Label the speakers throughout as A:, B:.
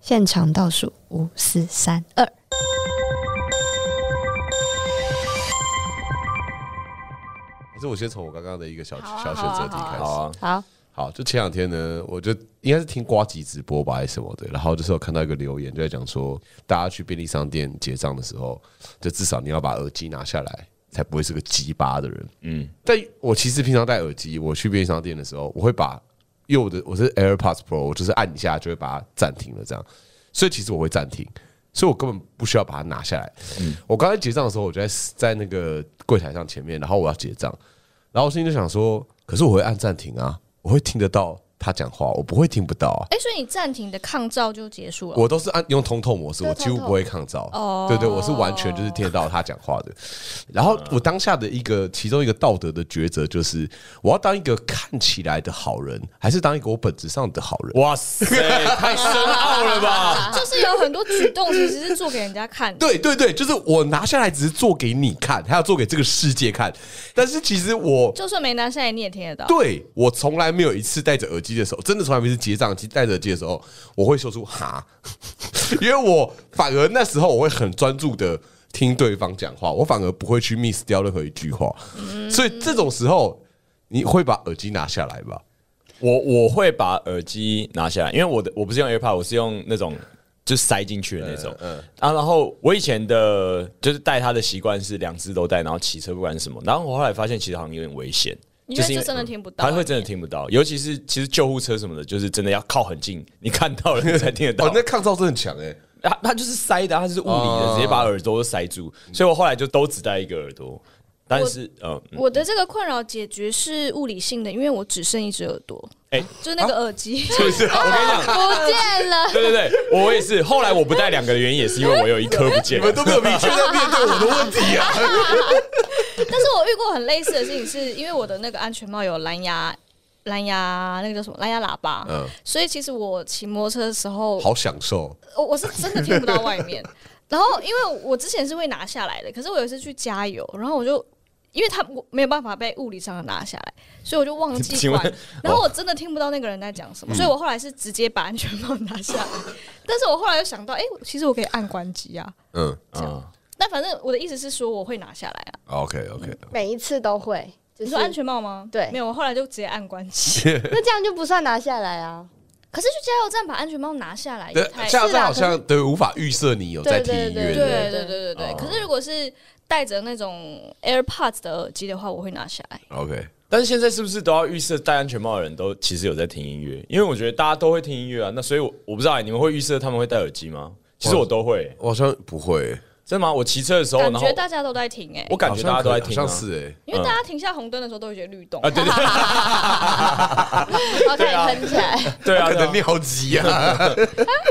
A: 现场倒数五、四、三、二。
B: 还是我先从我刚刚的一个小
A: 好啊
B: 小选择题
A: 好啊
B: 开
A: 好
B: 始。
C: 好啊，
A: 好，
B: 好，就前两天呢，我就应该是听瓜吉直播吧，还是什么的，然后就是有看到一个留言，就在讲说，大家去便利商店结账的时候，就至少你要把耳机拿下来，才不会是个鸡巴的人。嗯，但我其实平常戴耳机，我去便利商店的时候，我会把右的我是 AirPods Pro，我就是按一下就会把它暂停了，这样，所以其实我会暂停。所以我根本不需要把它拿下来。我刚才结账的时候，我就在在那个柜台上前面，然后我要结账，然后我心里就想说，可是我会按暂停啊，我会听得到他讲话，我不会听不到啊。
D: 哎、所以你暂停的抗噪就结束了。
B: 我都是按用通透模式，
D: 对
B: 我几乎
D: 通透哦
B: 不会抗噪。对对，我是完全就是听得到他讲话的。然后
C: 嗯
B: 我当下的一个其中一个道德的抉择就是，我要当一个看起来的好人，还是当一个我本质上的好人？
C: 哇塞，太深奥了吧？
D: 就是有很多举动其实是做给人家看的，
B: 对对对，就是我拿下来只是做给你看，还要做给这个世界看。但是其实我
D: 就算没拿下来你也听得到。
B: 对我从来没有一次戴着耳机的时候，真的从来没是结账机戴着耳机的时候，我会说出哈， 因为我反而那时候我会很专注的听对方讲话，我反而不会去 miss 掉任何一句话，
E: 嗯
B: 所以这种时候你会把耳机拿下来吧？
C: 我我会把耳机拿下来，因为我的我不是用 AirPod，我是用那种就塞进去的那种。嗯啊，然后我以前的就是戴它的习惯是两只都戴，然后骑车不管是什么。然后我后来发现其实好像有点危险，
D: 你
C: 就
D: 觉得
C: 是因为
D: 这真的听不到
C: 它会真的听不到，尤其是其实救护车什么的，就是真的要靠很近，你看到了你才听得到。
B: 哦，那抗噪真的很强哎、
C: 它它就是塞的，它就是物理的，直接把耳朵都塞住。所以我后来就都只戴一个耳朵，但是呃，嗯
D: 我的这个困扰解决是物理性的，因为我只剩一只耳朵，
C: 哎
D: 就是那个耳机、
C: 是不是？我跟你讲，
D: 不见了。
C: 对对对，我也是。后来我不戴两个的原因，也是因为我有一颗不见
B: 你。们都没有明确在面对我的问题啊！
D: 但是我遇过很类似的事情是，因为我的那个安全帽有蓝牙。蓝牙那个叫什么？蓝牙喇叭。
B: 嗯
D: 所以其实我骑摩托车的时候，
B: 好享受，
D: 我我是真的听不到外面。然后因为我之前是会拿下来的，可是我有一次去加油，然后我就因为他我没有办法被物理上的拿下来，所以我就忘记
C: 请
D: 关
C: 问。
D: 然后我真的听不到那个人在讲什么，所以我后来是直接把安全帽拿下来。但是我后来又想到，哎、其实我可以按关机啊。
B: 嗯
C: 嗯，
D: 但反正我的意思是说，我会拿下来啊。
B: ，OK OK，
E: 每一次都会，就
D: 你
E: 是
D: 说安全帽吗？
E: 对
D: 没有，我后来就直接按关机。
E: 那这样就不算拿下来啊。
D: 可是去加油站把安全帽拿下来也太
B: 下次
E: 是啊
B: 好像对无法预设你有在听音乐
E: 对
D: 对
B: 的
D: 对对对对。可是如果是戴着那种 AirPods 的耳机的话，我会拿下来。
B: ，OK，
C: 但是现在是不是都要预设戴安全帽的人都其实有在听音乐？因为我觉得大家都会听音乐啊。那所以我我不知道、你们会预设他们会戴耳机吗？其实我都会、
B: 我好像不会，欸
C: 真的吗？我骑车的时候，
D: 感
C: 哦然后
D: 觉大家都在听哎、
C: 我感觉大家都在听、啊，
B: 好像是哎、
D: 因为大家停下红灯的时候都会觉得律动，
C: 啊，对对 对
E: 然后开始喷起来，
C: 对啊，
B: 可
C: 对
B: 能
C: 啊
B: 尿急啊，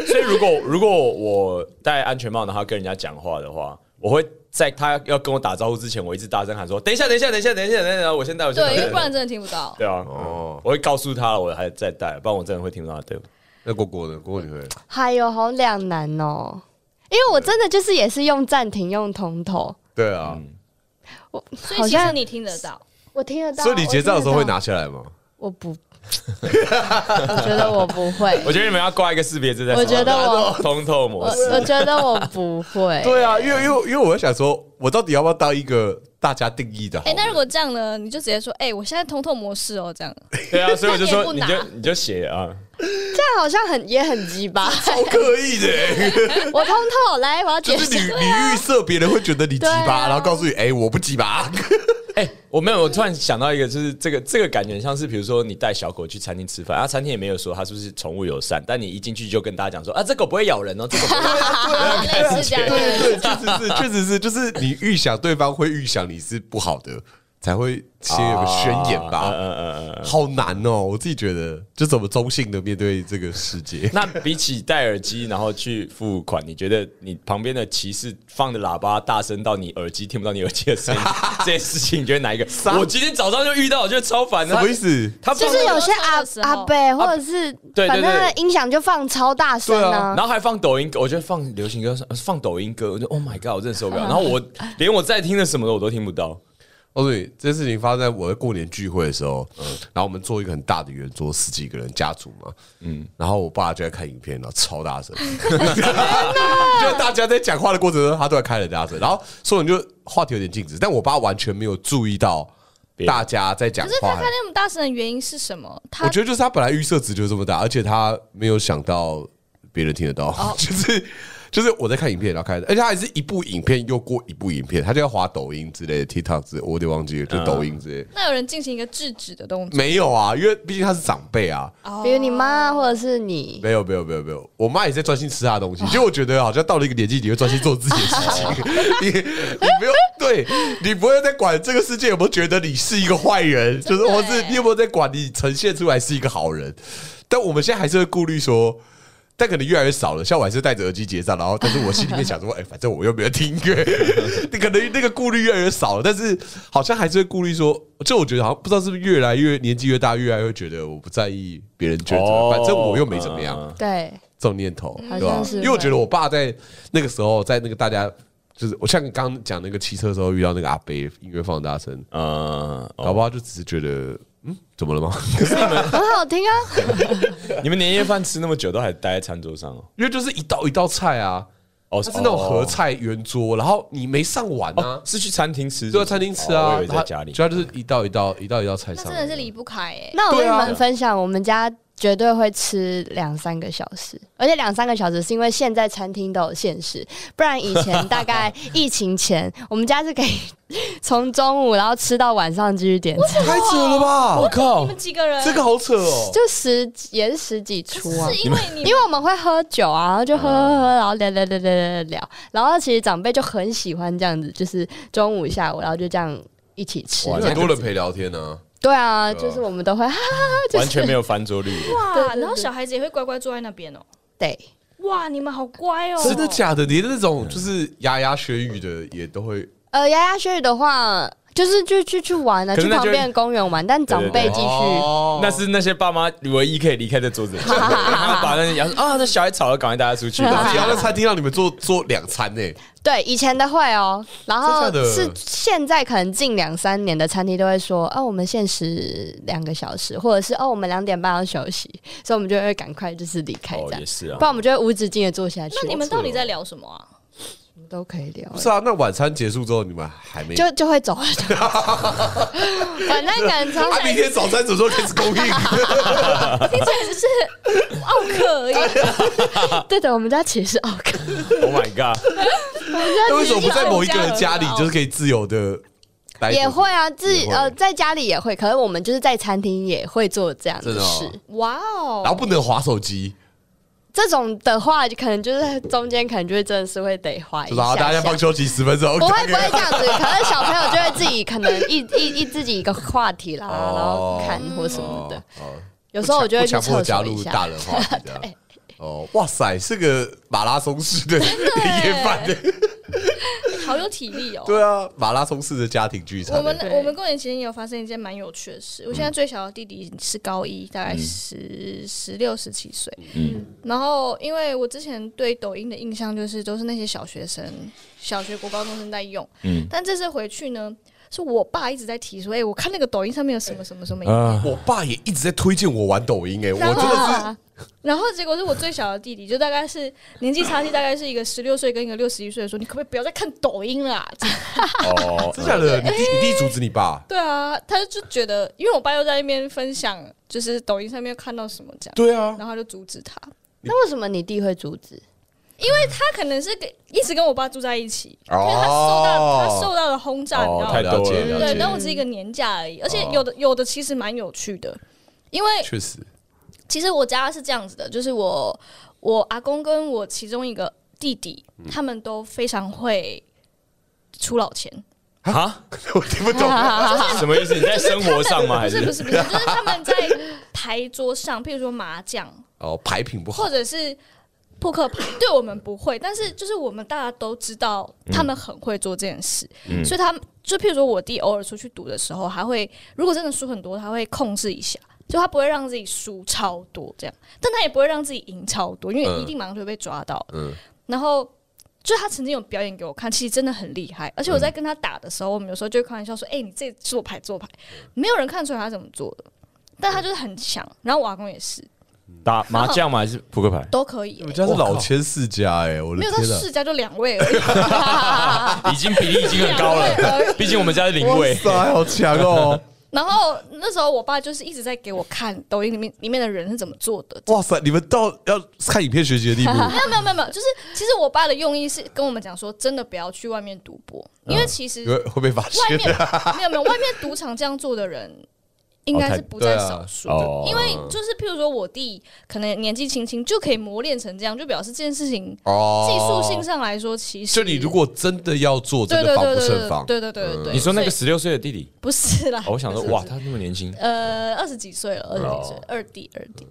C: 所以如果如果我戴安全帽，然后跟人家讲话的话，我会在他要跟我打招呼之前，我一直大声喊说：“等一下，等一下，等一下，等一下，等一下，我先戴，我先戴。
D: 对，因为
C: 我先
D: 不
C: 戴
D: 然真的听不到”。
C: 对啊，
B: 哦，
C: 我会告诉他我还在戴，不然我真的会听不到他对
B: 那果果呢？果果你会？
E: 还有哎好两难哦。因为我真的就是也是用暂停用铜头，
B: 对啊，
C: 嗯
D: 所以
E: 好
D: 其实
E: 像
D: 你听得到，
E: 我听得到。
B: 所以你结账的时候会
E: 我听得到？
B: 拿下来吗？
E: 我不， 我觉得我不会，
C: 我觉得你们要挂一个识别字在手上，
E: 我觉得我
C: 通透
E: 我
C: 模式。
E: 我觉得我不会。
B: 对啊，因为因为因为我在想说，哎我到底要不要当一个大家定义的好
D: 哎、
B: 人？
D: 那如果这样呢，你就直接说，哎、我现在通透模式哦，这样
C: 对啊，所以我就
D: 那
C: 说，
D: 你也不拿
C: 你就你就写啊，
E: 这样好像很也很鸡巴。
B: 超刻意的、欸，
E: 我通透，来，我要解
B: 就是你
E: 释。
B: 你预设别人会觉得你鸡
E: 对
B: 巴，
E: 啊
B: 然后告诉你，哎、我不鸡巴，
C: 哎、我没有，我突然想到一个，就是这个这个感觉像是，比如说你带小狗去餐厅吃饭，啊，餐厅也没有说它是不是宠物友善，但你一进去就跟大家讲说，啊，这狗不会咬人哦，这狗 不会。
D: 类似这样。
B: 对啊 对，确实是，确实是，就是你预想对方会预想你是不好的，才会先有个宣言
C: 啊
B: 吧。
C: 嗯嗯嗯嗯。
B: 好难哦，我自己觉得，就怎么中性的面对这个世 界？
C: 那比起戴耳机然后去付款，你觉得你旁边的骑士放的喇叭大声到你耳机听不到你耳机的声音这件事情，你觉得哪一个？我今天早上就遇到，我觉得超烦的。
B: 什么意思？
C: 他放
E: 就
C: 那
E: 是
C: 个
E: 有些阿
D: 我知道
E: 阿伯或者是，
C: 对对
E: 反正音响就放超大声
B: 对
E: 啊
C: 然。后还放抖音歌，我觉得放流 行歌，放抖音歌，我就 Oh my God，我真的受不了。然后我连我在听的什么的我都听不到，
B: 我告诉你，哦这件事情发生在我的过年聚会的时候，
C: 嗯
B: 然后我们做一个很大的圆桌，十几个人家族嘛，嗯，然后我爸就在看影片，然后超大 声， 就大家在讲话的过程中，他都在开很大声，然后所以你就话题有点静止，但我爸完全没有注意到
C: 别人
B: 大家在讲
D: 可是他
B: 话
D: 开。那么大声的原因是什么？他
B: 我觉得就是他本来预设值就这么大，而且他没有想到别人听得到，
D: 哦
B: 就是就是我在看影片，然后看，而且他还是一部影片又过一部影片，他就要滑抖音之类的 TikTok 之类的，我有点忘记了，
C: 嗯
B: 就抖音之类的。
D: 那有人进行一个制止的动作，
B: 没有啊，因为毕竟他是长辈啊。
D: 哦
E: 比如你妈或者是你，
B: 没有没有没有没有，我妈也在专心吃她的
D: 哦
B: 东西。就我觉得好像到了一个年纪，你会专心做自己的事情， 你你没有对你不会再管这个世界有没有觉得你是一个坏人，就是
D: 真的
B: 或
D: 欸
B: 是你有没有在管你呈现出来是一个好人。但我们现在还是会顾虑说。但可能越来越少了，像我还是戴着耳机结账，然后但是我心里面想说，哎、反正我又没有听音乐，你 可能那个顾虑越来越少了，但是好像还是会顾虑说，就我觉得好像不知道是不是越来越年纪越大，越来越觉得我不在意别人觉得怎么样，反正我又没怎么样，
C: 嗯
E: 对，
B: 这种念头，
E: 好
B: 对吧
E: 像？是
B: 因为我
E: 会
B: 觉得我爸在那个时候，在那个大家就是我像刚刚讲那个骑车的时候遇到那个阿伯，音乐放大声，
C: 嗯，
B: 搞不好就只是觉得嗯，怎么了吗？
E: 很好听啊，
C: 你们年夜饭吃那么久都还待在餐桌上哦？
B: 因为就是一道一道菜啊，
C: 哦，
B: 它是那种
C: 哦
B: 合菜圆桌，然后你没上完啊
C: 哦，， 是去餐厅吃，
B: 就在餐厅吃啊
C: 哦我以，为
B: 它
C: 在家里
B: 主。要就是一道一道一道一道菜
D: 那
B: 上
D: 真
B: 来，
D: 的是离不开哎、
E: 那我跟
B: 对
E: 你
B: 啊
E: 们分享，我们家绝对会吃两三个小时，而且两三个小时是因为现在餐厅都有限时，不然以前大 概疫情前，我们家是可以从中午然后吃到晚上继续点 餐，
B: 太扯了吧！我靠
D: 你们几个人？
B: 这个好扯哦。
E: 就十几也是十几出啊
D: 是。因为你
E: 因为我们会喝酒啊，然后就喝
C: 嗯
E: 喝喝，然后聊聊聊聊聊聊，然后其实长辈就很喜欢这样子，就是中午下午，然后就这样一起吃
B: 因。为很多人陪聊天呢，
E: 对啊，
B: 对啊
E: 就是我们都会哈哈哈，就是
C: 完全没有翻桌 率，
E: 对
D: 哇，
E: 对对
D: 然后小孩子也会乖乖坐在那边哦、
E: 对，
D: 哇，你们好乖哦、
B: 真的假的？连那种就是牙牙学语的也都会
E: 呃，牙牙学语的话，就是就去去玩啊，
C: 可
E: 去
C: 是那
E: 旁
C: 就
E: 边的公园玩，但长辈
C: 对
E: 继续。
B: 哦
C: 那是那些爸妈唯一可以离开这桌 子的，然后把那些讲说啊，这小孩吵了，赶快带他 出去。哦
B: 老子要在
C: 啊
B: 餐厅让你们做做两餐呢、
E: 对，以前的会哦，然后
B: 真的假
E: 是
B: 的
E: 现在可能近两三年的餐厅都会说，哦，我们限时两个小时，或者是哦，我们两点半要休息，所以我们就会赶快就是离开这
C: 哦，
E: 样
C: 也，是啊
E: 不，然我们就会无止境的做下去。
D: 那你们到底在聊什么啊？
E: 都可以聊
B: 不，是啊，那晚餐结束之后你们还没？啊
E: 就就会 走了。 反正感觉
B: 啊，明天早餐什么时候开始供应？
D: 听起来只是奥克而已。
E: 对的，我们家其实是奥 克，
C: Oh my god！
B: 为什么不在某一个人家里就是可以自由的待着？
E: 也会啊，自己
B: 也会
E: 呃在家里也会，可是我们就是在餐厅也会做这样
B: 真的哦
E: 事。
D: 哇哦！
B: 然后不能划手机，
E: 这种的话，就可能就是中间可能就会真的是会得花一
B: 就
E: 下
B: 是啊，大家放休息十分钟。
E: 不会不会这样子，可是小朋友就会自己可能一一一自己一个话题啦，
B: 哦
E: 然后看或什么的。
B: 哦，
E: 有时候我就会去
B: 不强
E: 厕
B: 不强迫加
E: 所一
B: 入
E: 下
B: 大。人话题这样。哦，哇塞，是个马拉松式的夜 饭的，
D: 好有体力 哦、
B: 对啊，马拉松式的家庭聚餐
C: 啊
D: 我
B: 欸。
D: 们
E: 对
D: 我们过年期间也有发生一件蛮有趣的
C: 嗯
D: 事。我现在最小的弟弟是高一，大概十十六十七岁。
C: 嗯
D: 然后因为我之前对抖音的印象就是都是那些小学生、小学国高中生在用，
C: 嗯
D: 但这次回去呢，是我爸一直在提说，哎、我看那个抖音上面有什么什么什么影片
C: 啊，
B: 我爸也一直在推荐我玩抖音，哎，我
D: 然
B: 真
D: 后
B: 的是
E: 啊
D: 然后结果是我最小的弟弟，就大概是年纪差距大概是一个十六岁跟一个六十一岁，说你可不可以不要再看抖音啦、
C: 哦，
B: 真假的，你弟你弟阻止你爸？
D: 对啊，他就觉得，因为我爸又在那边分享，就是抖音上面看到什么这样，
B: 对啊，
D: 然后他就阻止他。
E: 那为什么你弟会阻止？
D: 他可能是跟一直跟我爸住在一起，
B: 哦
D: 因为他受到他受到的轰炸，你
C: 哦，太
D: 知道吗？
B: 了
C: 多
B: 解了
C: 了，
D: 对，
B: 解
D: 但我只是一个年假而已，而且
B: 哦
D: 有的有的其实蛮有趣的，因为
B: 确实，
D: 其实我家是这样子的，就是我我阿公跟我其中一个弟弟，他们都非常会出老钱，
C: 啊，
B: 我听不懂。
C: 什么意思？你在生活 上吗？还
D: 不是不
C: 是
D: 是不是，就是他们在牌桌上，譬如说麻将
B: 哦，牌品不好
D: 或，者是扑克牌，对我们不会，但是就是我们大家都知道他们很会做这件事，所以他们就譬如说我弟偶尔出去赌的时候，还会如果真的输很多，他会控制一下。就他不会让自己输超多这样，但他也不会让自己赢超多，因为一定马上就会被抓到。
B: 嗯
D: 然后就是他曾经有表演给我看，其实真的很厉害。而且我在跟他打的时候，我们有时候就会开玩笑说：“哎、你这做牌做牌。”没有人看出来他怎么做的，但他就是很强。然后我阿公也是，
C: 打麻将吗？还是扑克牌？
D: 都可以、
B: 你
D: 欸
B: 们家是老千世家哎、我的
D: 没有到
B: 天啊！
D: 世家就两位而已，
C: 已经比例已经很高
D: 两位而
C: 了，
D: 已
C: 毕竟我们家是零
B: 哇
C: 位。
B: 塞，好强哦！
D: 然后那时候我爸就是一直在给我看抖音里面里面的人是怎么做的，
B: 哇塞，你们到要看影片学习的 地步，
D: 没有没有没有没有，就是其实我爸的用意是跟我们讲说，真的不要去外面赌博，因为其实
B: 你们会被发
D: 外
B: 现
D: 面
B: 的。
D: 没有没有外面赌场这样做的人。应
B: 哦
D: 该是不在少数
C: 哦太
D: 的
C: 对啊哦，
D: 因为就是譬如说我弟可能年纪轻轻就可以磨练成这样，就表示这件事情
B: 哦
D: 技术性上来说，其实
B: 就你如果真的要做，
D: 对
B: 真
D: 对
B: 的防
D: 对
B: 不
D: 对
B: 胜
D: 对
B: 防。
D: 对对对对，
C: 你说那个
D: 所
C: 十六岁的弟弟
D: 以，不是啦
C: 哦，我想说，哇，他那么年轻，
D: 呃，二十几岁了，二十几岁
C: 哦，
D: 二弟，二弟。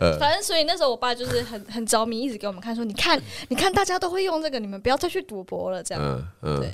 B: 呃
D: 反正，所以那时候我爸就是很很着迷，一直给我们看，说你看， 你看，大家都会用这个，你们不要再去赌博了，这样。
B: 嗯嗯，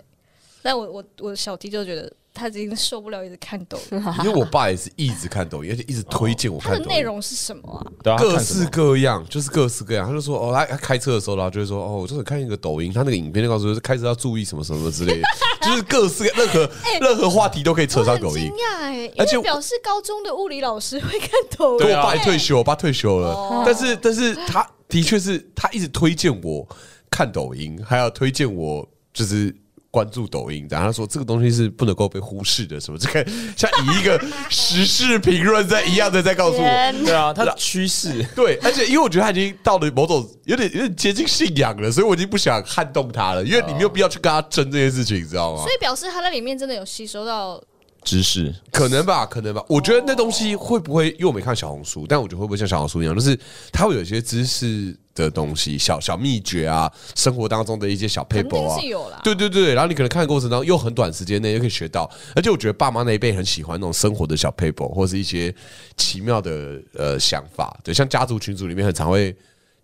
D: 但我我我小弟就觉得他已经受不了，一直看抖 音。
B: 因 为我爸也是一直看抖音，而且一直推荐我
D: 他的
B: 看抖
D: 内
B: 音。
D: 容是什么啊？
C: 对啊，哦他
B: 各
C: 看什么
B: 式各样，就是各式各样。他就说，哦，他他开车的时候，然后就会说，哦，我就是看一个抖音，他那个影片就告诉我，开车要注意什么什么之 类的，就是各式各任何任何话题都可以扯
D: 哎我
B: 上
D: 很
B: 抖
D: 惊
B: 音。
D: 讶哎，
B: 而
D: 因
B: 且
D: 为
B: 我
D: 表示高中的物理老师会看抖
B: 对
D: 音。
B: 我爸
C: 对啊
B: 退休，我爸退休了，但是但是他的确是他一直推荐我看抖音，还要推荐我就是。关注抖音，然后他说这个东西是不能够被忽视的，什么这个像以一个时事评论在一样的在告诉我，
E: 天
C: 对啊，他的趋势
B: 对，而且因为我觉得他已经到了某种有点有点接近信仰了，所以我已经不想撼动他了，因为你没有必要去跟他争这件事情，你知道吗
D: 所？以表示他在里面真的有吸收到，
C: 知识
B: 可能吧，可能吧。我觉得那东西会不会，因为我没看小红书，但我觉得会不会像小红书一样，就是它会有一些知识的东西，小小秘诀啊，生活当中的一些小
D: 肯
B: paper
D: 定
B: 啊
D: 是。有啦。
B: 对对对，然后你可能看的过程当中，又很短时间内又可以学到，而且我觉得爸妈那一辈很喜欢那种生活的小 paper 或是一些奇妙的呃想法，对，像家族群组里面很常会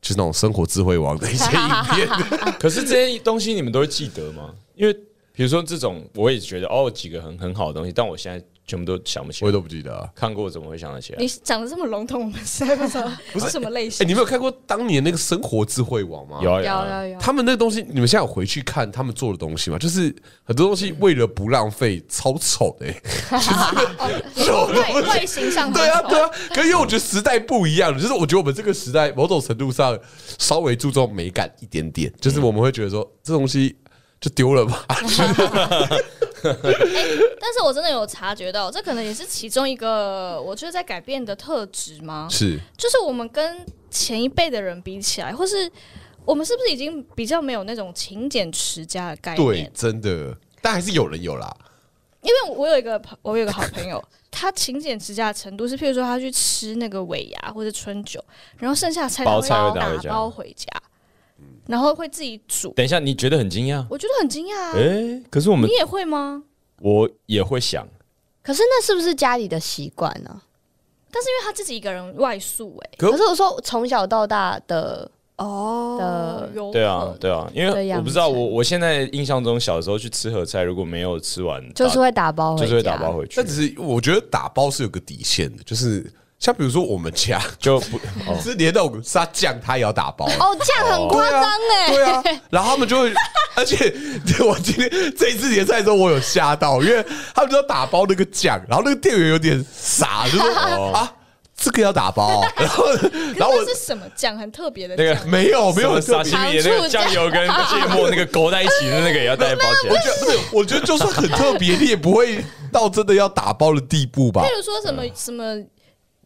B: 就是那种生活智慧王的一些影片，
C: 可是这些东西你们都会记得吗？因为比如说这种，我也觉得哦，几个很很好的东西，但我现在全部都想不起
B: 我也
C: 来。
B: 都不记得、啊。
C: 看过怎么会想得起来
D: 你？讲的这么笼统，我们实在不知道是什么类
B: 哎、
D: 型。
B: 你们有看过当年那个生活智慧王吗？
C: 有啊
E: 有
C: 有啊，
E: 有有，
B: 他们那个东西，你们现在有回去看他们做的东西吗？就是很多东西为了不浪费，超丑的、欸， 就是丑的
D: 外
B: 不行。
D: 外形上很
B: 对啊，
D: 丑
B: 对啊，可因为我觉得时代不一样了，就是我觉得我们这个时代某种程度上稍微注重美感一点点，就是我们会觉得说这东西就丢了 吧，
D: 但是我真的有察觉到，这可能也是其中一个，我觉得在改变的特质吗？
B: 是
D: 就是我们跟前一辈的人比起来，或是我们是不是已经比较没有那种勤俭持家的概
B: 哎对
D: 念，？
B: 真的，但还是有人有啦，
D: 因为我有一个朋，我有一个好朋友， 他勤俭持家的程度是，譬如说他去吃那个尾牙或者春酒，然后剩下的菜
C: 包菜
D: 他
C: 会拿回
D: 打
C: 家
D: 包回家，然后会自己煮。
C: 等一下，你觉得很惊讶？
D: 我觉得很惊讶啊！
C: 哎，可是我们
D: 你也会吗？
C: 我也会想，
E: 可是那是不是家里的习惯呢？
D: 但是因为他自己一个人外宿、欸，
B: 可
E: 可是我说从小到大的
D: 哦
E: 的
D: 有
C: 对
D: 可
C: 啊
D: 能
C: 对啊，因
E: 这
C: 为
E: 样
C: 我不知道我我现在印象中小时候去吃盒菜，如果没有吃完，
E: 就是会打包回
C: 打
E: 家，
C: 就是会打包回去
B: 那，只是我觉得打包是有个底线的，就是像比如说我们家
C: 就不哦
B: 是连那种沙酱他也要打包。
E: 哦，这样很夸张哎。
B: 对啊，然后他们 就会，而且我今天这一次联赛的时候，我有吓到，因为他们就要打包那个酱，然后那个店员有点傻， 就说、
E: 哦
B: 啊，这个要打包哦，然后然后
D: 可是那
B: 我
D: 是什么酱？很特别的
C: 那个
D: 酱。
B: 没有 没
C: 没
B: 有
C: 有
B: 很
C: 沙
B: 特别
C: 西米的那个酱油跟芥末那个勾在一起的那个也要带包起
B: 我
C: 来。
B: 觉得不是，我觉得就算很特别，你也不会到真的要打包的地步吧。
D: 譬如说什
B: 嗯
D: 么、什么，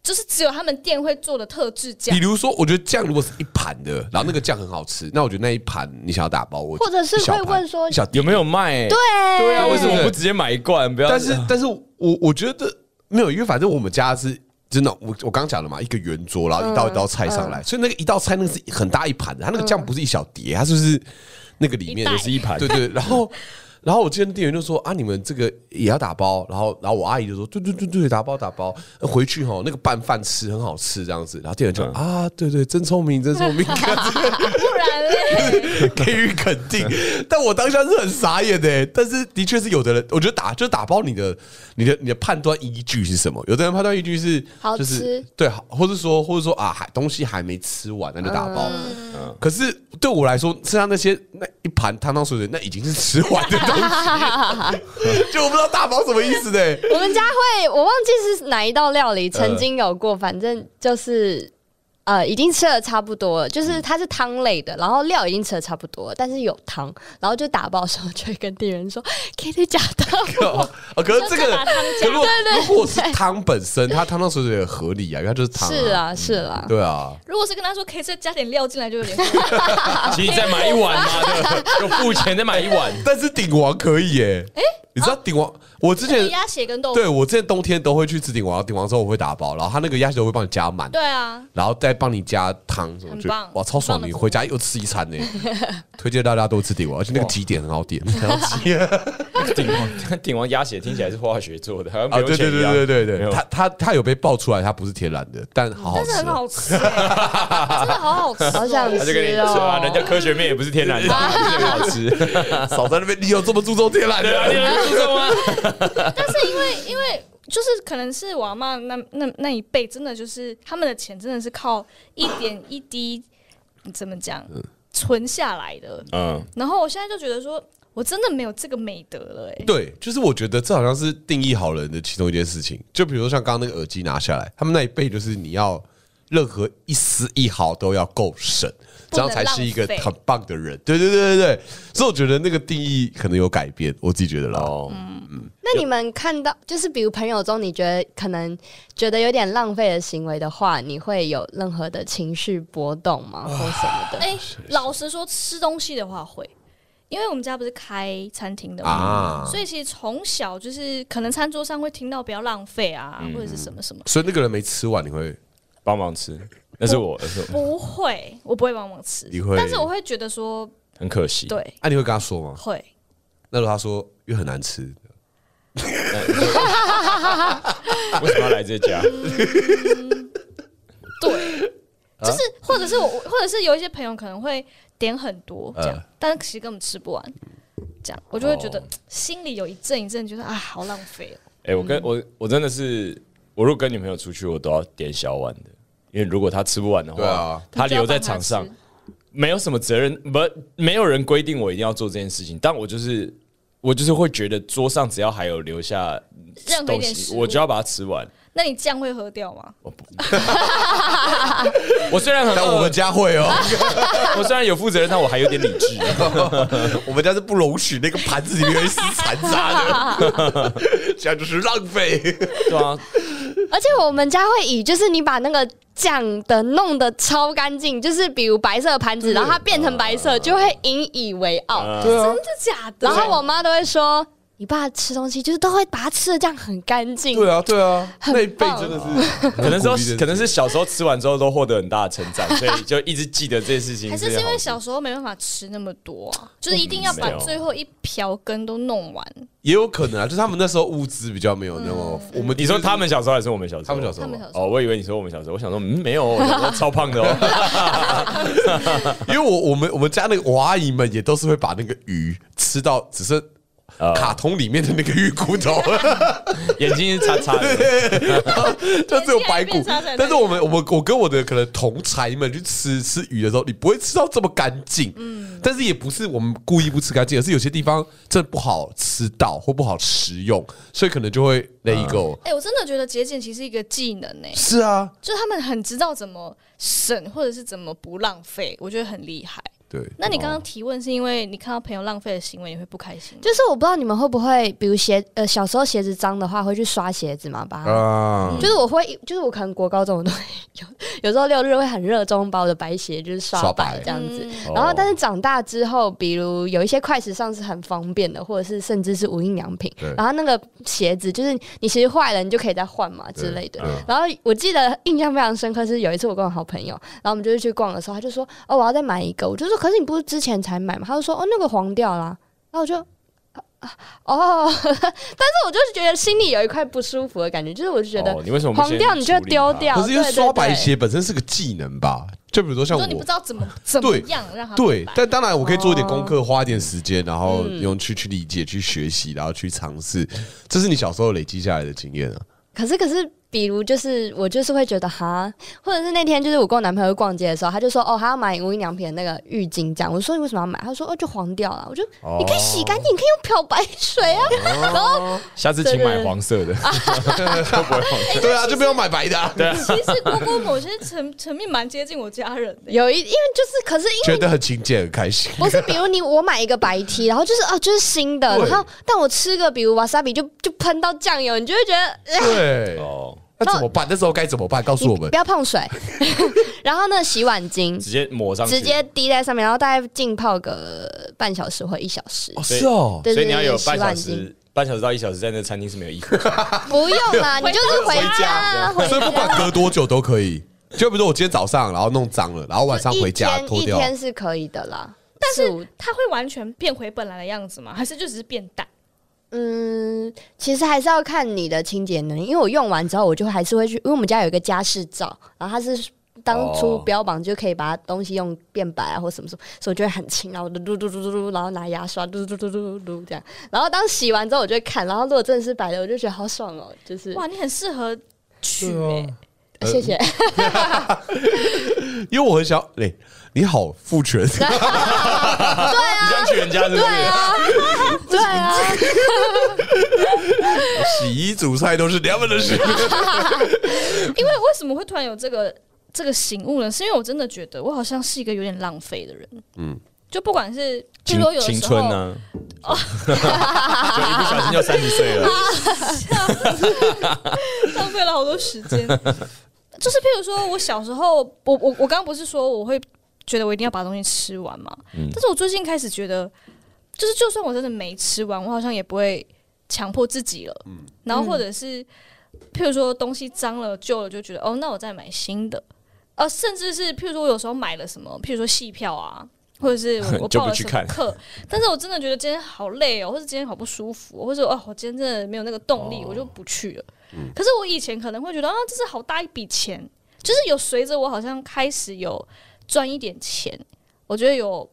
D: 就是只有他们店会做的特制酱
B: 比，如说，我觉得酱如果是一盘的，然后那个酱很好吃，那我觉得那一盘你想要打包，我
E: 或者是会
B: 一小盘
E: 问说
B: 一小
C: 有没有卖？对
E: 对
C: 对啊，为什么不直接买一罐？不要， 呃
B: 但是，但是我我觉得没有，因为反正我们家是真的，我我刚讲了嘛，一个圆桌，然后一道一道菜上来，所以那个一道菜那个是很大一盘的，它那个酱不是一小碟，它就是那个里面
D: 一袋
C: 是一盘
B: 对对，然后。然后我今天店员就说啊，你们这个也要打包。然后，然后我阿姨就说，对对对对，打包打包。呃回去吼，那个拌饭吃很好吃这样子。然后店员就、啊，对对，真聪明，真聪明。
D: 不然嘞，
B: 给予肯定，但我当下是很傻眼的、欸但是的确是有的人，我觉得打就打包你的你的你的判断依据是什么？有的人判断依据是
E: 好吃
B: 就是对，好或者说或者
E: 嗯
B: 嗯说啊，还东西还没吃完，那就打包。可是对我来说，剩下那些那一一盘汤汤水水，那已经是吃完的东 西，就我不知道大包什么意思欸呢、
E: 我们家会，我忘记是哪一道料理曾经有过，反正就是呃，已经吃的差不多了，就是它是汤类的，然后料已经吃的差不多了，但是有汤，然后就打包的时候就会跟店员说 可以加汤。
B: 哦，哦可是这
D: 就
B: 个
D: 把汤，
B: 可如果
E: 对对
B: 如果是汤本身，它汤汤水水也合理啊，因为它就是汤、
E: 是，啊，是啊，
B: 对啊，
D: 如果是跟他说可以再加点料进来， 就有点过分。
C: 其实再买一碗嘛，对，就付钱再买一 碗。
B: 但是鼎王可以耶、你知道鼎王，我之前
D: 啊鸭血跟豆腐，
B: 对我之前冬天都会去吃鼎王，鼎王之后我会打包，然后它那个鸭血都会帮你加满，
D: 对啊，
B: 然后再帮你加汤什么，
D: 很
B: 就
D: 棒
B: 哇超爽！
D: 很棒的
B: 你
D: 服务
B: 回家又吃一餐呢， 推荐大家多吃鼎王，而且那个几点很好点，然后几点啊？
C: 顶王顶王鸭血听起来是化学做的，好像不用
B: 哦对对
C: 钱一
B: 对
C: 样
B: 对对对
C: 没有
B: 对，它它它有被爆出来，它不是天然的，但好好
D: 但
B: 吃
D: 是很
B: 哦。
D: 好吃 欸，真的好好吃哦，
E: 好想
C: 他就跟你说啊，
E: 是哦
C: 人家科学面也不是天然 的，这个好吃。
B: 少在那边，你有这么注重天然
C: 对啊，你
B: 的？
C: 能注重吗？
D: 但是因为因为就是可能是我阿妈那那那一辈，真的就是他们的钱真的是靠一点一滴怎么讲
B: 嗯
D: 存下来的。
C: 嗯，
D: 然后我现在就觉得说，我真的没有这个美德了、欸，
B: 对，就是我觉得这好像是定义好人的其中一件事情。就比如说像刚刚那个耳机拿下来，他们那一辈就是你要任何一丝一毫都要够省，这样才是一个
D: 不能浪费
B: 很棒的人。对对对对对，所以我觉得那个定义可能有改变，我自己觉得啦。嗯
C: 哦，
E: 那你们看到，就是比如朋友中，你觉得可能觉得有点浪费的行为的话，你会有任何的情绪波动 吗，或什么
B: 啊
E: 的？
D: 哎、老实说，吃东西的话会，因为我们家不是开餐厅的嘛，
B: 啊
D: 嗯所以其实从小就是可能餐桌上会听到不要浪费啊，
B: 嗯
D: 或者是什么什么。
B: 所以那个人没吃完，你会
C: 帮忙吃，那是我，那是我，
D: 不会，我不会帮忙吃
B: 你会，
D: 但是我会觉得说，
C: 很可惜。
D: 对，
B: 啊？你会跟他说吗？
D: 会，
B: 那如果他说因为很难 吃，
C: 为什么要来这家？
B: 啊
D: 就是或者是我，或者是有一些朋友可能会点很多这样，
B: 呃
D: 但是其实根本吃不完，这样我就会觉得、
B: 哦
D: 心里有一阵一阵觉得啊，好浪费哦。
C: 哎、我跟我我真的是，我如果跟女朋友出去，我都要点小碗的，因为如果她吃不完的
B: 对
C: 话，
B: 啊，
C: 她
D: 你就要
C: 留在
D: 帮她
C: 场上
D: 吃，
C: 没有什么责任，不，没有人规定我一定要做这件事情，但我就是我就是会觉得桌上只要还有留下
D: 任何一
C: 东
D: 点食
C: 西，
D: 物
C: 我就要把它吃完。
D: 那你酱会喝掉吗？
C: 我虽然很
B: 但我
C: 饿
B: 们，家会 哦，
C: 我虽然有负责任，但我还有点理 智。
B: 我们家是不容许那个盘子里面有一丝残渣的， 这样就是浪费。
C: 对啊，
E: 而且我们家会以就是你把那个酱的弄得超干净，就是比如白色的盘子，然后它变成白色，就会引以为傲。
B: 对啊
D: 真，的假的？
E: 然后我妈都会说，你爸吃东西就是都会把它吃的这样很干净。
B: 对啊，对啊，
E: 很
B: 那一辈
E: 棒
B: 真的
D: 哦
B: 是，
C: 可能
B: 很鼓励
C: 是
B: 的
C: 可能是小时候吃完之后都获得很大的成长，所以就一直记得这件事情。
D: 还是
C: 这
D: 是
C: 件
D: 因
C: 好
D: 为
C: 事
D: 小时候没办法吃那么多啊，就是一定要
C: 没
D: 把
C: 有
D: 最后一瓢羹都弄完。
B: 也有可能啊，就是他们那时候物资比较没有那么，
D: 嗯
B: 我们
C: 你说他们小时候还是我们小时候？
B: 他们小时
D: 他
B: 候
D: 们
B: 吗，
D: 小时候
C: 哦，我以为你说我们小时候，我想说，嗯，没有，我小时候超胖的哦。
B: 因为我我们我们家那个我阿姨们也都是会把那个鱼吃到只剩
C: 呃
B: 卡通里面的那个鱼骨 头，
C: 眼睛是叉叉的，
B: 就只有白骨
D: 变成那。个
B: 但是我们我们我跟我的可能同才们去吃吃鱼的时候，你不会吃到这么干净，嗯，但是也不是我们故意不吃干净，而是有些地方真的不好吃到或不好食用，所以可能就会 let it go。
D: 哎、我真的觉得节俭其实是一个技能呢、
B: 是啊，
D: 就是他们很知道怎么省或者是怎么不浪费，我觉得很厉害。
B: 对。
D: 那你刚刚提问是因为你看到朋友浪费的行为，你会不开心吗？
E: 就是我不知道你们会不会，比如鞋呃小时候鞋子脏的话，会去刷鞋子嘛？把它
B: 啊，
E: 就是我会，就是我可能国高中我都会有，有时候六日会很热衷把我的白鞋就是
B: 刷
E: 刷
B: 白嗯
E: 白这样子。
C: 哦
E: 然后，但是长大之后，比如有一些快时尚是很方便的，或者是甚至是无印良品
B: 对。
E: 然后那个鞋子就是你其实坏了，你就可以再换嘛之类的
B: 对对。嗯
E: 然后我记得印象非常深刻是有一次我跟我好朋友，然后我们就是去逛的时候，他就说：“哦，我要再买一个。”我就说：“可是你不是之前才买吗？”他就说：“哦，那个黄掉啦。”然后我就。啊啊哦，但是我就是觉得心里有一块不舒服的感觉，就是我就觉得
C: 哦你为什么不
E: 黄
C: 先
E: 掉你就
C: 处理
E: 丢
C: 它
E: 掉，
B: 可是因为
E: 对对
B: 刷白
E: 对
B: 鞋本身是个技能吧？就比如说像
D: 说你不
B: 我
D: 知，道怎么怎么样让他
B: 对
D: 明，白
B: 但当然我可以做一点功
E: 哦
B: 课，花一点时间，然后
E: 嗯
B: 用去去理解、去学习，然后去尝试，这是你小时候累积下来的经验啊。
E: 可是可是比如就是我就是会觉得哈，或者是那天就是我跟我男朋友逛街的时候，他就说哦他要买无印良品的那个浴巾，这样我说你为什么要买？他说哦就黄掉了，我就、你可以洗干净，你可以用漂白水啊。然后
C: 下次请买黄色的，都不会黄
E: 哎
C: 色。
B: 对啊，就不要买白的啊，
D: 其实姑姑某些层层面蛮接近我家人的，
E: 有一因为就是可是因为
B: 觉得很勤俭，很开心。
E: 不是，比如你我买一个白 T，然后就是啊，就是新的，
B: 对
E: 然后但我吃个比如瓦萨比就就喷到酱油，你就会觉得、呃
B: 对，
C: 哦，
B: 那怎么办？那时候该怎么办？告诉我们
E: 不。要碰水。 然后呢，洗碗巾
C: 直接抹上去，
E: 直接滴在上面，然后大概浸泡个半小时或一小时。
C: 对
B: 哦，
E: 对
C: 所
E: 对
C: 以你要有
E: 对，洗
C: 半小
E: 碗巾
C: 时，半小时到一小时在那餐厅是没有衣服的。
E: 不用 啦，你就是回家啊，回
B: 所以不管隔多久都可以。就比如说我今天早上，然后弄脏了，然后晚上回家
E: 一天
B: 脱
E: 一
B: 掉，
E: 天是可以的啦。但是
D: 它会完全变回本来的样子吗？还是就只是变淡？
E: 嗯，其实还是要看你的清洁能力，因为我用完之后，我就还是会去，因为我们家有一个家饰皂，然后它是当初
C: 哦
E: 标榜就可以把东西用变白啊，或什么什么，所以我就会很轻，然后嘟嘟嘟嘟嘟嘟，然后拿牙刷嘟嘟嘟嘟嘟嘟这样，然后当洗完之后，我就会看，然后如果真的是白的，我就觉得好爽哦，就是
D: 哇，你很适合取、欸，
E: 谢谢，
B: 因为我很想，哎、你好 父权，
E: 啊
C: 你这样去人家是不是？
E: 对啊，
B: 洗衣煮菜都是娘们的事。
D: 因为为什么会突然有这个这个醒悟呢？是因为我真的觉得我好像是一个有点浪费的人，嗯，就不管是譬
C: 青
D: 如说有的
C: 青
D: 时候
C: 春啊呢？ 就一不小心就三十岁了，
D: 浪费了好多时间。 就是譬如说，我小时候，我我我刚刚不是说我会觉得我一定要把东西吃完嘛？
C: 嗯
D: 但是我最近开始觉得，就是就算我真的没吃完，我好像也不会强迫自己了。
C: 嗯
D: 然后或者是譬如说东西脏了、旧了，就觉得哦，那我再买新的。呃，甚至是譬如说我有时候买了什么，譬如说戏票啊，或者是 我我
C: 就
D: 报
C: 不
D: 了
C: 去
D: 什么
C: 看
D: 课，但是我真的觉得今天好累哦，或者今天好不舒服、哦，或者哦，我今天真的没有那个动力，我
C: 哦
D: 就不去了。
C: 嗯
D: 可是我以前可能会觉得啊，这是好大一笔钱，就是有随着我好像开始有赚一点钱，我觉得有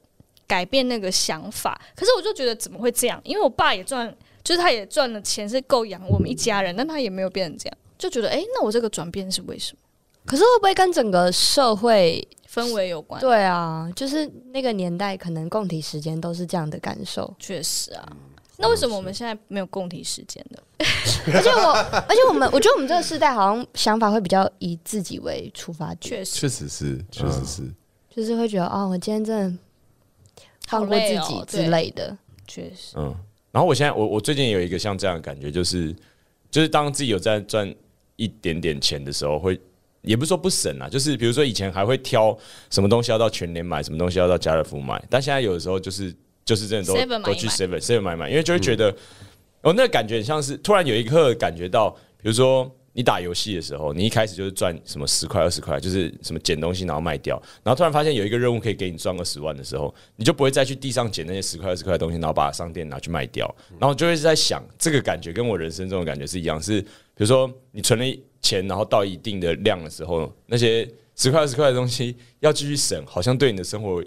D: 改变那个想法。可是我就觉得怎么会这样？因为我爸也赚，就是他也赚了钱是够养我们一家人，但他也没有变成这样，就觉得哎、诶那我这个转变是为什么？
E: 可是哦会不会跟整个社会？
D: 氛围有关，
E: 对啊，就是那个年代，可能共体时间都是这样的感受。
D: 确实啊。那为什么我们现在没有共体时间的？
E: 而且我，而且我们，我觉得我们这个世代好像想法会比较以自己为出发点，
D: 确实，
B: 确实是，确实是。
E: 就是会觉得哦，我今天真的放过自己
D: 好累哦
E: 之类的。
D: 确实，
C: 嗯。然后我现在我我最近有一个像这样的感觉，就是就是当自己有在赚一点点钱的时候，会也不是说不省啊，就是比如说以前还会挑什么东西要到全联买，什么东西要到家乐福买，但现在有的时候就是就是真的
D: 7-Eleven 买
C: 都
D: 一买
C: 都去 seven seven 买买，因为就会觉得、哦，那个感觉很像是突然有一刻感觉到，比如说你打游戏的时候，你一开始就是赚什么十块二十块，就是什么捡东西然后卖掉，然后突然发现有一个任务可以给你赚二十万的时候，你就不会再去地上捡那些十块二十块的东西，然后把商店拿去卖掉，然后就会在想这个感觉跟我人生中的感觉是一样，是比如说你存了钱，然后到一定的量的时候，那些十块二十块的东西要继续省，好像对你的生活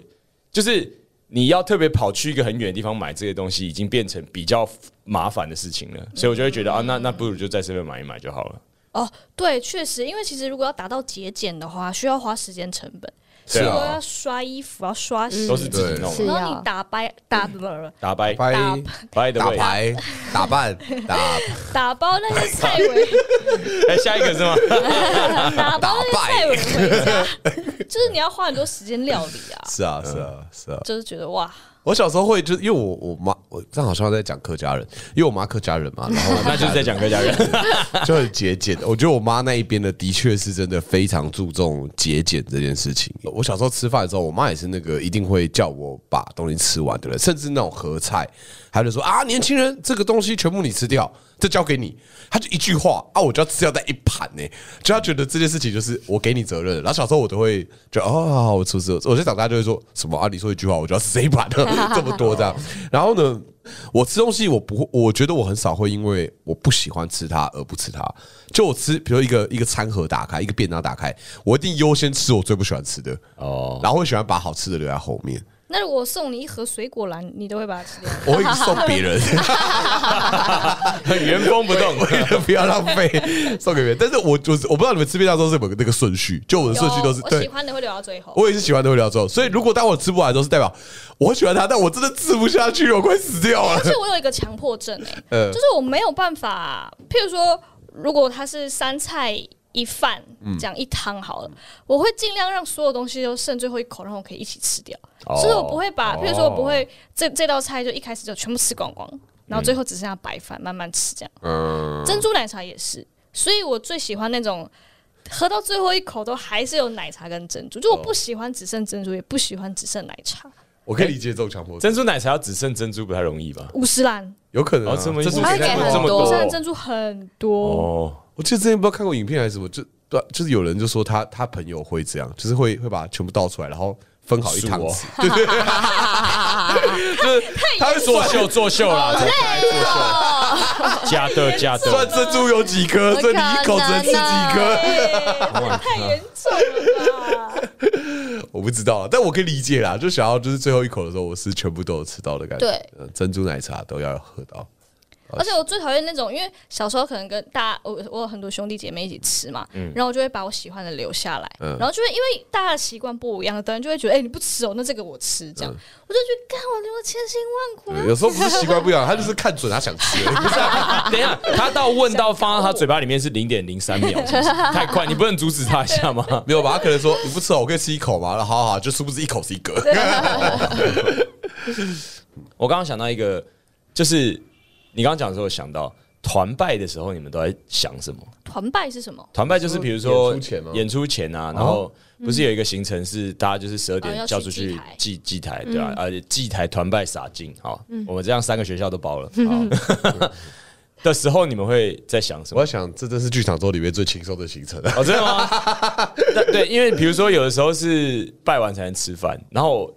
C: 就是你要特别跑去一个很远的地方买这些东西，已经变成比较麻烦的事情了，所以我就会觉得啊，那那不如就在这边买一买就好了。
D: 哦，对，确实，因为其实如果要达到节俭的话，需要花时间成本，
C: 对
D: 譬如说
C: 啊，
D: 要刷衣服，要刷鞋，
C: 都是啊自
E: 对
C: 己弄的，
E: 是
D: 然后
E: 要
D: 你打败打了
C: 打败
B: 拜
D: 打
C: ，by the
B: 打
C: way，
B: 牌、打扮、打
D: 打包那些菜尾，
C: 哎，下一个 是吗？
D: 打包
B: 打败，
D: 那些菜尾回家，就是你要花很多时间料理啊
B: 是啊，是啊，是啊。
D: 就是觉得哇，
B: 我小时候会，就是因为我我妈，我这样好像在讲客家人，因为我妈客家人嘛，然后
C: 那就是在讲客家人，
B: 就很节俭。我觉得我妈那一边的的确是真的非常注重节俭这件事情。我小时候吃饭的时候，我妈也是那个一定会叫我把东西吃完的人，甚至那种合菜，她就说啊，年轻人这个东西全部你吃掉，这交给你。她就一句话啊，我就要吃掉那一盘呢、就她觉得这件事情就是我给你责任了。然后小时候我都会就哦，好好我出事，我就长大就会说什么啊，你说一句话我就要吃这一盘了， 这么多这样。然后呢？我吃东西，我不会，我觉得我很少会因为我不喜欢吃它而不吃它。就我吃，比如一个一个餐盒打开，一个 便当打开，我一定优先吃我最不喜欢吃的哦，然后会喜欢把好吃的留在后面。
D: 那如果我送你一盒水果篮，你都会把它吃掉？
B: 我会送别人，
C: 原封不动。
B: 为了不要浪费，送给别人。但是我就是我不知道你们吃便当的时候是有没有那个顺序，就我的顺序都是
D: 有我
B: 对
D: 喜。欢的会留到最后。
B: 我也是喜欢都会聊之后，所以如果当我吃不完的时候，是代表我喜欢它，但我真的吃不下去，我快死掉
D: 而
B: 了。
D: 且我有一个强迫症 哎、
B: 呃
D: 就是我没有办法，譬如说，如果它是三菜一饭，
B: 嗯
D: 这样一汤好了，我会尽量让所有东西都剩最后一口，让我可以一起吃掉。
B: 哦
D: 所以我不会把，譬如说，我不会这这道菜就一开始就全部吃光光，然后最后只剩下白饭慢慢吃这样。珍珠奶茶也是，所以我最喜欢那种。喝到最后一口都还是有奶茶跟珍珠，就我不喜欢只剩珍珠，也不喜欢只剩奶茶。
B: 我可以理解这种强迫症，
C: 珍珠奶茶要只剩珍珠不太容易吧？
D: 五十兰，
B: 有可能、啊
C: 哦，这么
B: 珍珠
E: 他会给
B: 给他
E: 很
B: 们
C: 这么
E: 多
D: 五十
E: 哦
D: 兰珍珠很多，
C: 哦，
B: 我记得之前不知道看过影片还是什么，就不知道就是有人就说他他朋友会这样，就是会会把全部倒出来，然后分好一汤匙
C: 数，
B: 对对 对，就是他会
C: 作
B: 算
C: 秀作秀啦， 这作秀，哦加的加
B: 算
C: 的，
B: 珍珠有几颗，所以你一口只能吃几颗，
D: 哎太严重了吧？
B: 我不知道，啊但我可以理解啦，就想要就是最后一口的时候，我是全部都有吃到的感觉，
D: 对
B: 呃，珍珠奶茶都要喝到，
D: 而且我最讨厌那种，因为小时候可能跟大家，我我有很多兄弟姐妹一起吃嘛，然后我就会把我喜欢的留下来，然后就会因为大家的习惯不一样，等人就会觉得，哎、你不吃哦，那这个我吃，这样，我就觉得，干，我留了千辛万苦，
B: 对有时候不是习惯不一样，他就是看准他想吃 而已，不是
C: 等一下，他到问到放到他嘴巴里面是零点零三秒，是 不是太快，你不能阻止他一下吗？
B: 没有吧？他可能说你不吃哦，我可以吃一口嘛，然后好好好，就是不是一口是一个，
C: 我刚刚想到一个，就是你刚刚讲的时候我想到团拜的时候，你们都在想什么？
D: 团拜是什么？
C: 团拜就是比如说
B: 演出前吗哦
C: 演出前啊，然后不是有一个行程是大家就是十二
D: 哦
C: 点
D: 要
C: 叫
D: 去
C: 出
D: 祭
C: 去
D: 台嗯
C: 祭祭台，对吧？而且祭台团拜洒净，好，我们这样三个学校都包了。
D: 嗯
C: 好 的时候你们会在想什
B: 我
C: 么
B: 在？想这真是剧场周里面最轻松的行程了。啊
C: 哦，真的吗？但对，因为比如说有的时候是拜完才能吃饭，然后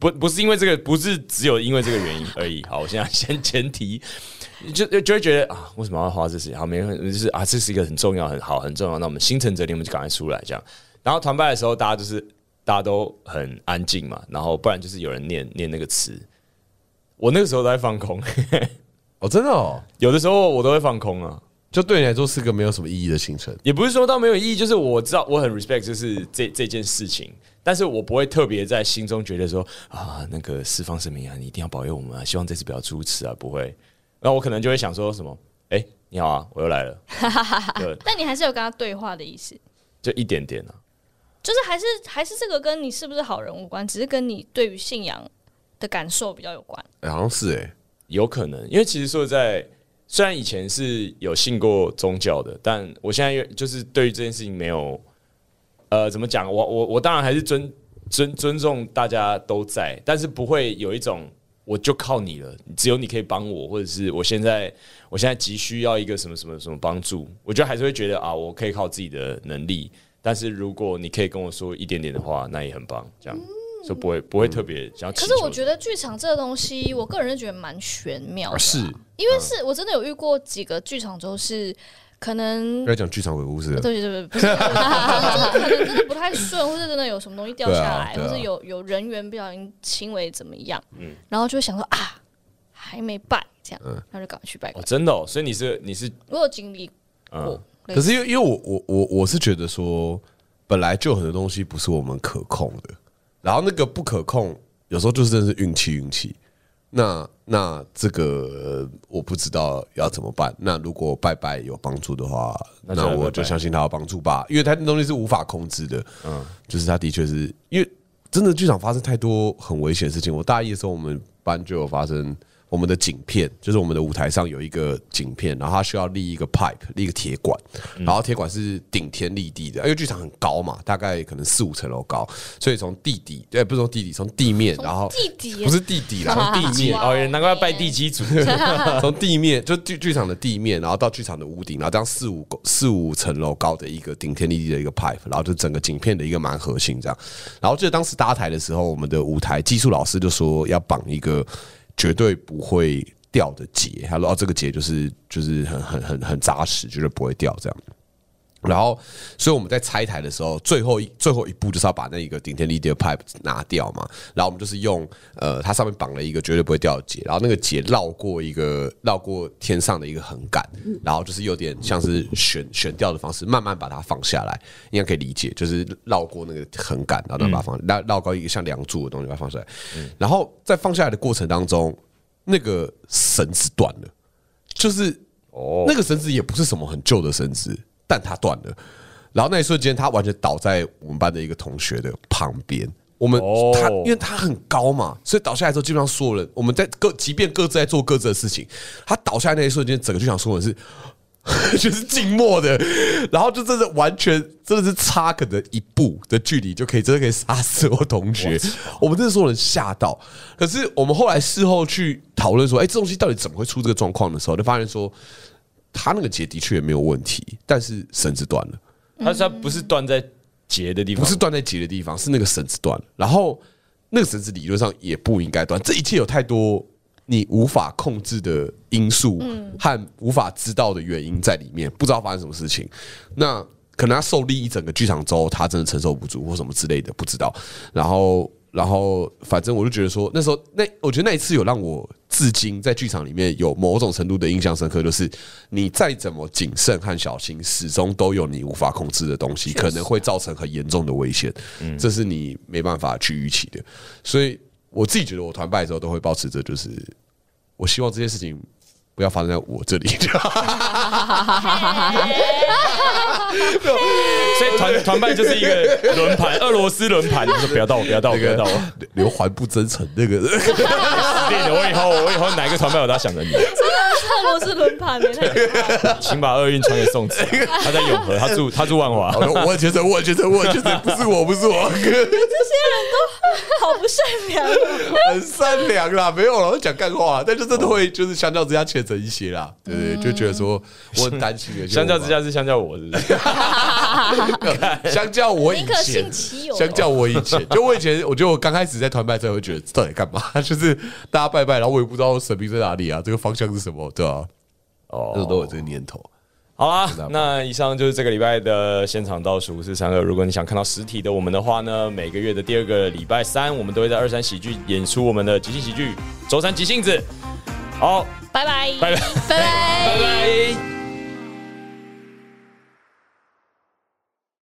C: 不不是因为这个，不是只有因为这个原因而已。好，我现在先前提，就就会觉得啊，为什么要花这时间？好，没问，就是啊，这是一个很重要、很好、很重要。那我们心诚则灵，我们就赶快出来这样。然后团拜的时候，大家就是大家都很安静嘛，然后不然就是有人念念那个词。我那个时候都在放空，
B: 哦，真的哦，
C: 有的时候我都会放空啊。
B: 就对你来说是个没有什么意义的行程。
C: 也不是说到没有意义，就是我知道我很 respect 就是这这件事情，但是我不会特别在心中觉得说啊，那个四方神明啊，你一定要保佑我们啊，希望这次不要出事啊，不会。那我可能就会想说什么，哎、你好啊，我又来了，对，
D: 但你还是有跟他对话的意思，
C: 就一点点啊。
D: 就是还是还是这个跟你是不是好人无关，只是跟你对于信仰的感受比较有关。
B: 哎、好像是哎、
C: 有可能，因为其实说实在，虽然以前是有信过宗教的，但我现在越就是对于这件事情没有，呃，怎么讲？我我我当然还是尊尊尊重大家都在，但是不会有一种我就靠你了，只有你可以帮我，或者是我现在我现在急需要一个什么什么什么帮助，我觉得还是会觉得啊，我可以靠自己的能力，但是如果你可以跟我说一点点的话，那也很棒，这样。就不会不会特别想要祈
D: 可
C: 求。
D: 是我觉得剧场这个东西，我个人是觉得蛮玄妙的、
B: 啊是，
D: 因为是我真的有遇过几个剧场周是可能
B: 不。要讲剧场鬼故事了。
D: 对对对，不是，就是可能真的不太顺，或者真的有什么东西掉下来，
B: 对啊对啊嗯
D: 或者有有人员不小心轻微怎么样，然后就会想说啊，还没拜这样，然后就赶快去拜
C: 哦，。真的哦，所以你是你是
D: 我有经历过
C: 嗯，
D: 类
B: 可
D: 似
B: 是因为因为我我我我是觉得说，本来就有很多东西不是我们可控的，然后那个不可控，有时候就是真的是运气运气。那那这个呃我不知道要怎么办。那如果拜拜有帮助的话，
C: 那
B: 那
C: 就来拜
B: 我
C: 拜
B: 就相信他有帮助吧，因为他那东西是无法控制的。嗯，就是他的确是因为真的剧场发生太多很危险的事情。我大一的时候，我们班就有发生我们的景片，就是我们的舞台上有一个景片，然后它需要立一个 pipe，立一个铁管，然后铁管是顶天立地的，因为剧场很高嘛，大概可能四五层楼高，所以从地底，对，不是从地底，从地面，然后
D: 地底啊
B: 不是地底啦，从地面，
C: 哦，难怪要拜地基主，
B: 从地面就剧剧场的地面，然后到剧场的屋顶，然后这样四五公四五层楼高的一个顶天立地的一个 pipe，然后就整个景片的一个蛮核心这样。然后记得当时搭台的时候，我们的舞台技术老师就说要绑一个绝对不会掉的结，他说哦这个结就是就是很很很很扎实，绝对不会掉这样。然后，所以我们在拆台的时候，最后一最后一步就是要把那一个顶天立地的 pipe 拿掉嘛。然后我们就是用呃，它上面绑了一个绝对不会掉的结，然后那个结绕过一个绕过天上的一个横杆，然后就是有点像是呃悬悬吊的方式，慢慢把它放下来，应该可以理解，就是绕过那个横杆，然后再把它放绕绕高一个像梁柱的东西把它放下来。然后在放下来的过程当中，那个绳子断了，就是
C: 哦
B: 那个绳子也不是什么很旧的绳子，但它断了。然后那一瞬间，他完全倒在我们班的一个同学的旁边。我们
C: 哦
B: 他因为他很高嘛，所以倒下来之后，基本上所有人我们在各即便各自在做各自的事情，他倒下来那一瞬间，整个就想说的是。 就是静默的，然后就真的完全真的是差可能一步的距离就可以，真的可以杀死我同学。我们真的所有人吓到，可是我们后来事后去讨论说，哎，这东西到底怎么会出这个状况的时候，就发现说他那个结的确也没有问题，但是绳子断了。
C: 它它不是断在结的地方，
B: 不是断在结的地方，是那个绳子断了。然后那个绳子理论上也不应该断，这一切有太多你无法控制的因素
C: 嗯
B: 和无法知道的原因在里面，不知道发生什么事情。那可能他受力一整个剧场之后，他真的承受不住或什么之类的，不知道。然后，然后反正我就觉得说，那时候那我觉得那一次有让我至今在剧场里面有某种程度的印象深刻，就是你再怎么谨慎和小心，始终都有你无法控制的东西，可能会造成很严重的危险，这是你没办法去预期的。所以我自己觉得，我团拜的时候都会保持着，就是我希望这些事情不要发生在我这里。啊
C: 所以团团拜就是一个轮盘，俄罗斯轮盘，你说不要到我，不要到我，
B: 那
C: 不要到
B: 个
C: 我，
B: 刘环不真诚，那个
C: 死定了！我以后我以后哪一个团拜我都要想着你，
D: 俄罗斯轮盘没太
C: 请把厄运传给宋子，他在永和，他 住他住万华
B: 好，了，我觉得，我觉得，我觉得不是我，不是我，
D: 好不善良哦。
B: 很善良啦，没有了，我讲干话啦，但就真的会就是相较之下虔诚一些啦，对不对？就觉得说我很担心的，
C: 相较之下是相较我，是不是？
B: 下， 相较我以
D: 宁可
B: 前
D: 信。其有，
B: 相较我以前，就我以前，我觉得我刚开始在团拜的时候，会觉得到底干嘛？ 就是大家拜拜，然后我也不知道神明在哪里啊，这个方向是什么，对吧、啊？
C: 哦
B: 那时候都有这个念头。
C: 好啦，那以上就是这个礼拜的现场倒数是三二。如果你想看到实体的我们的话呢，每个月的第二个礼拜三，我们都会在二三喜剧演出我们的即兴喜剧《周三即兴子》。好，
D: 拜拜。
C: 拜拜。
E: 拜拜。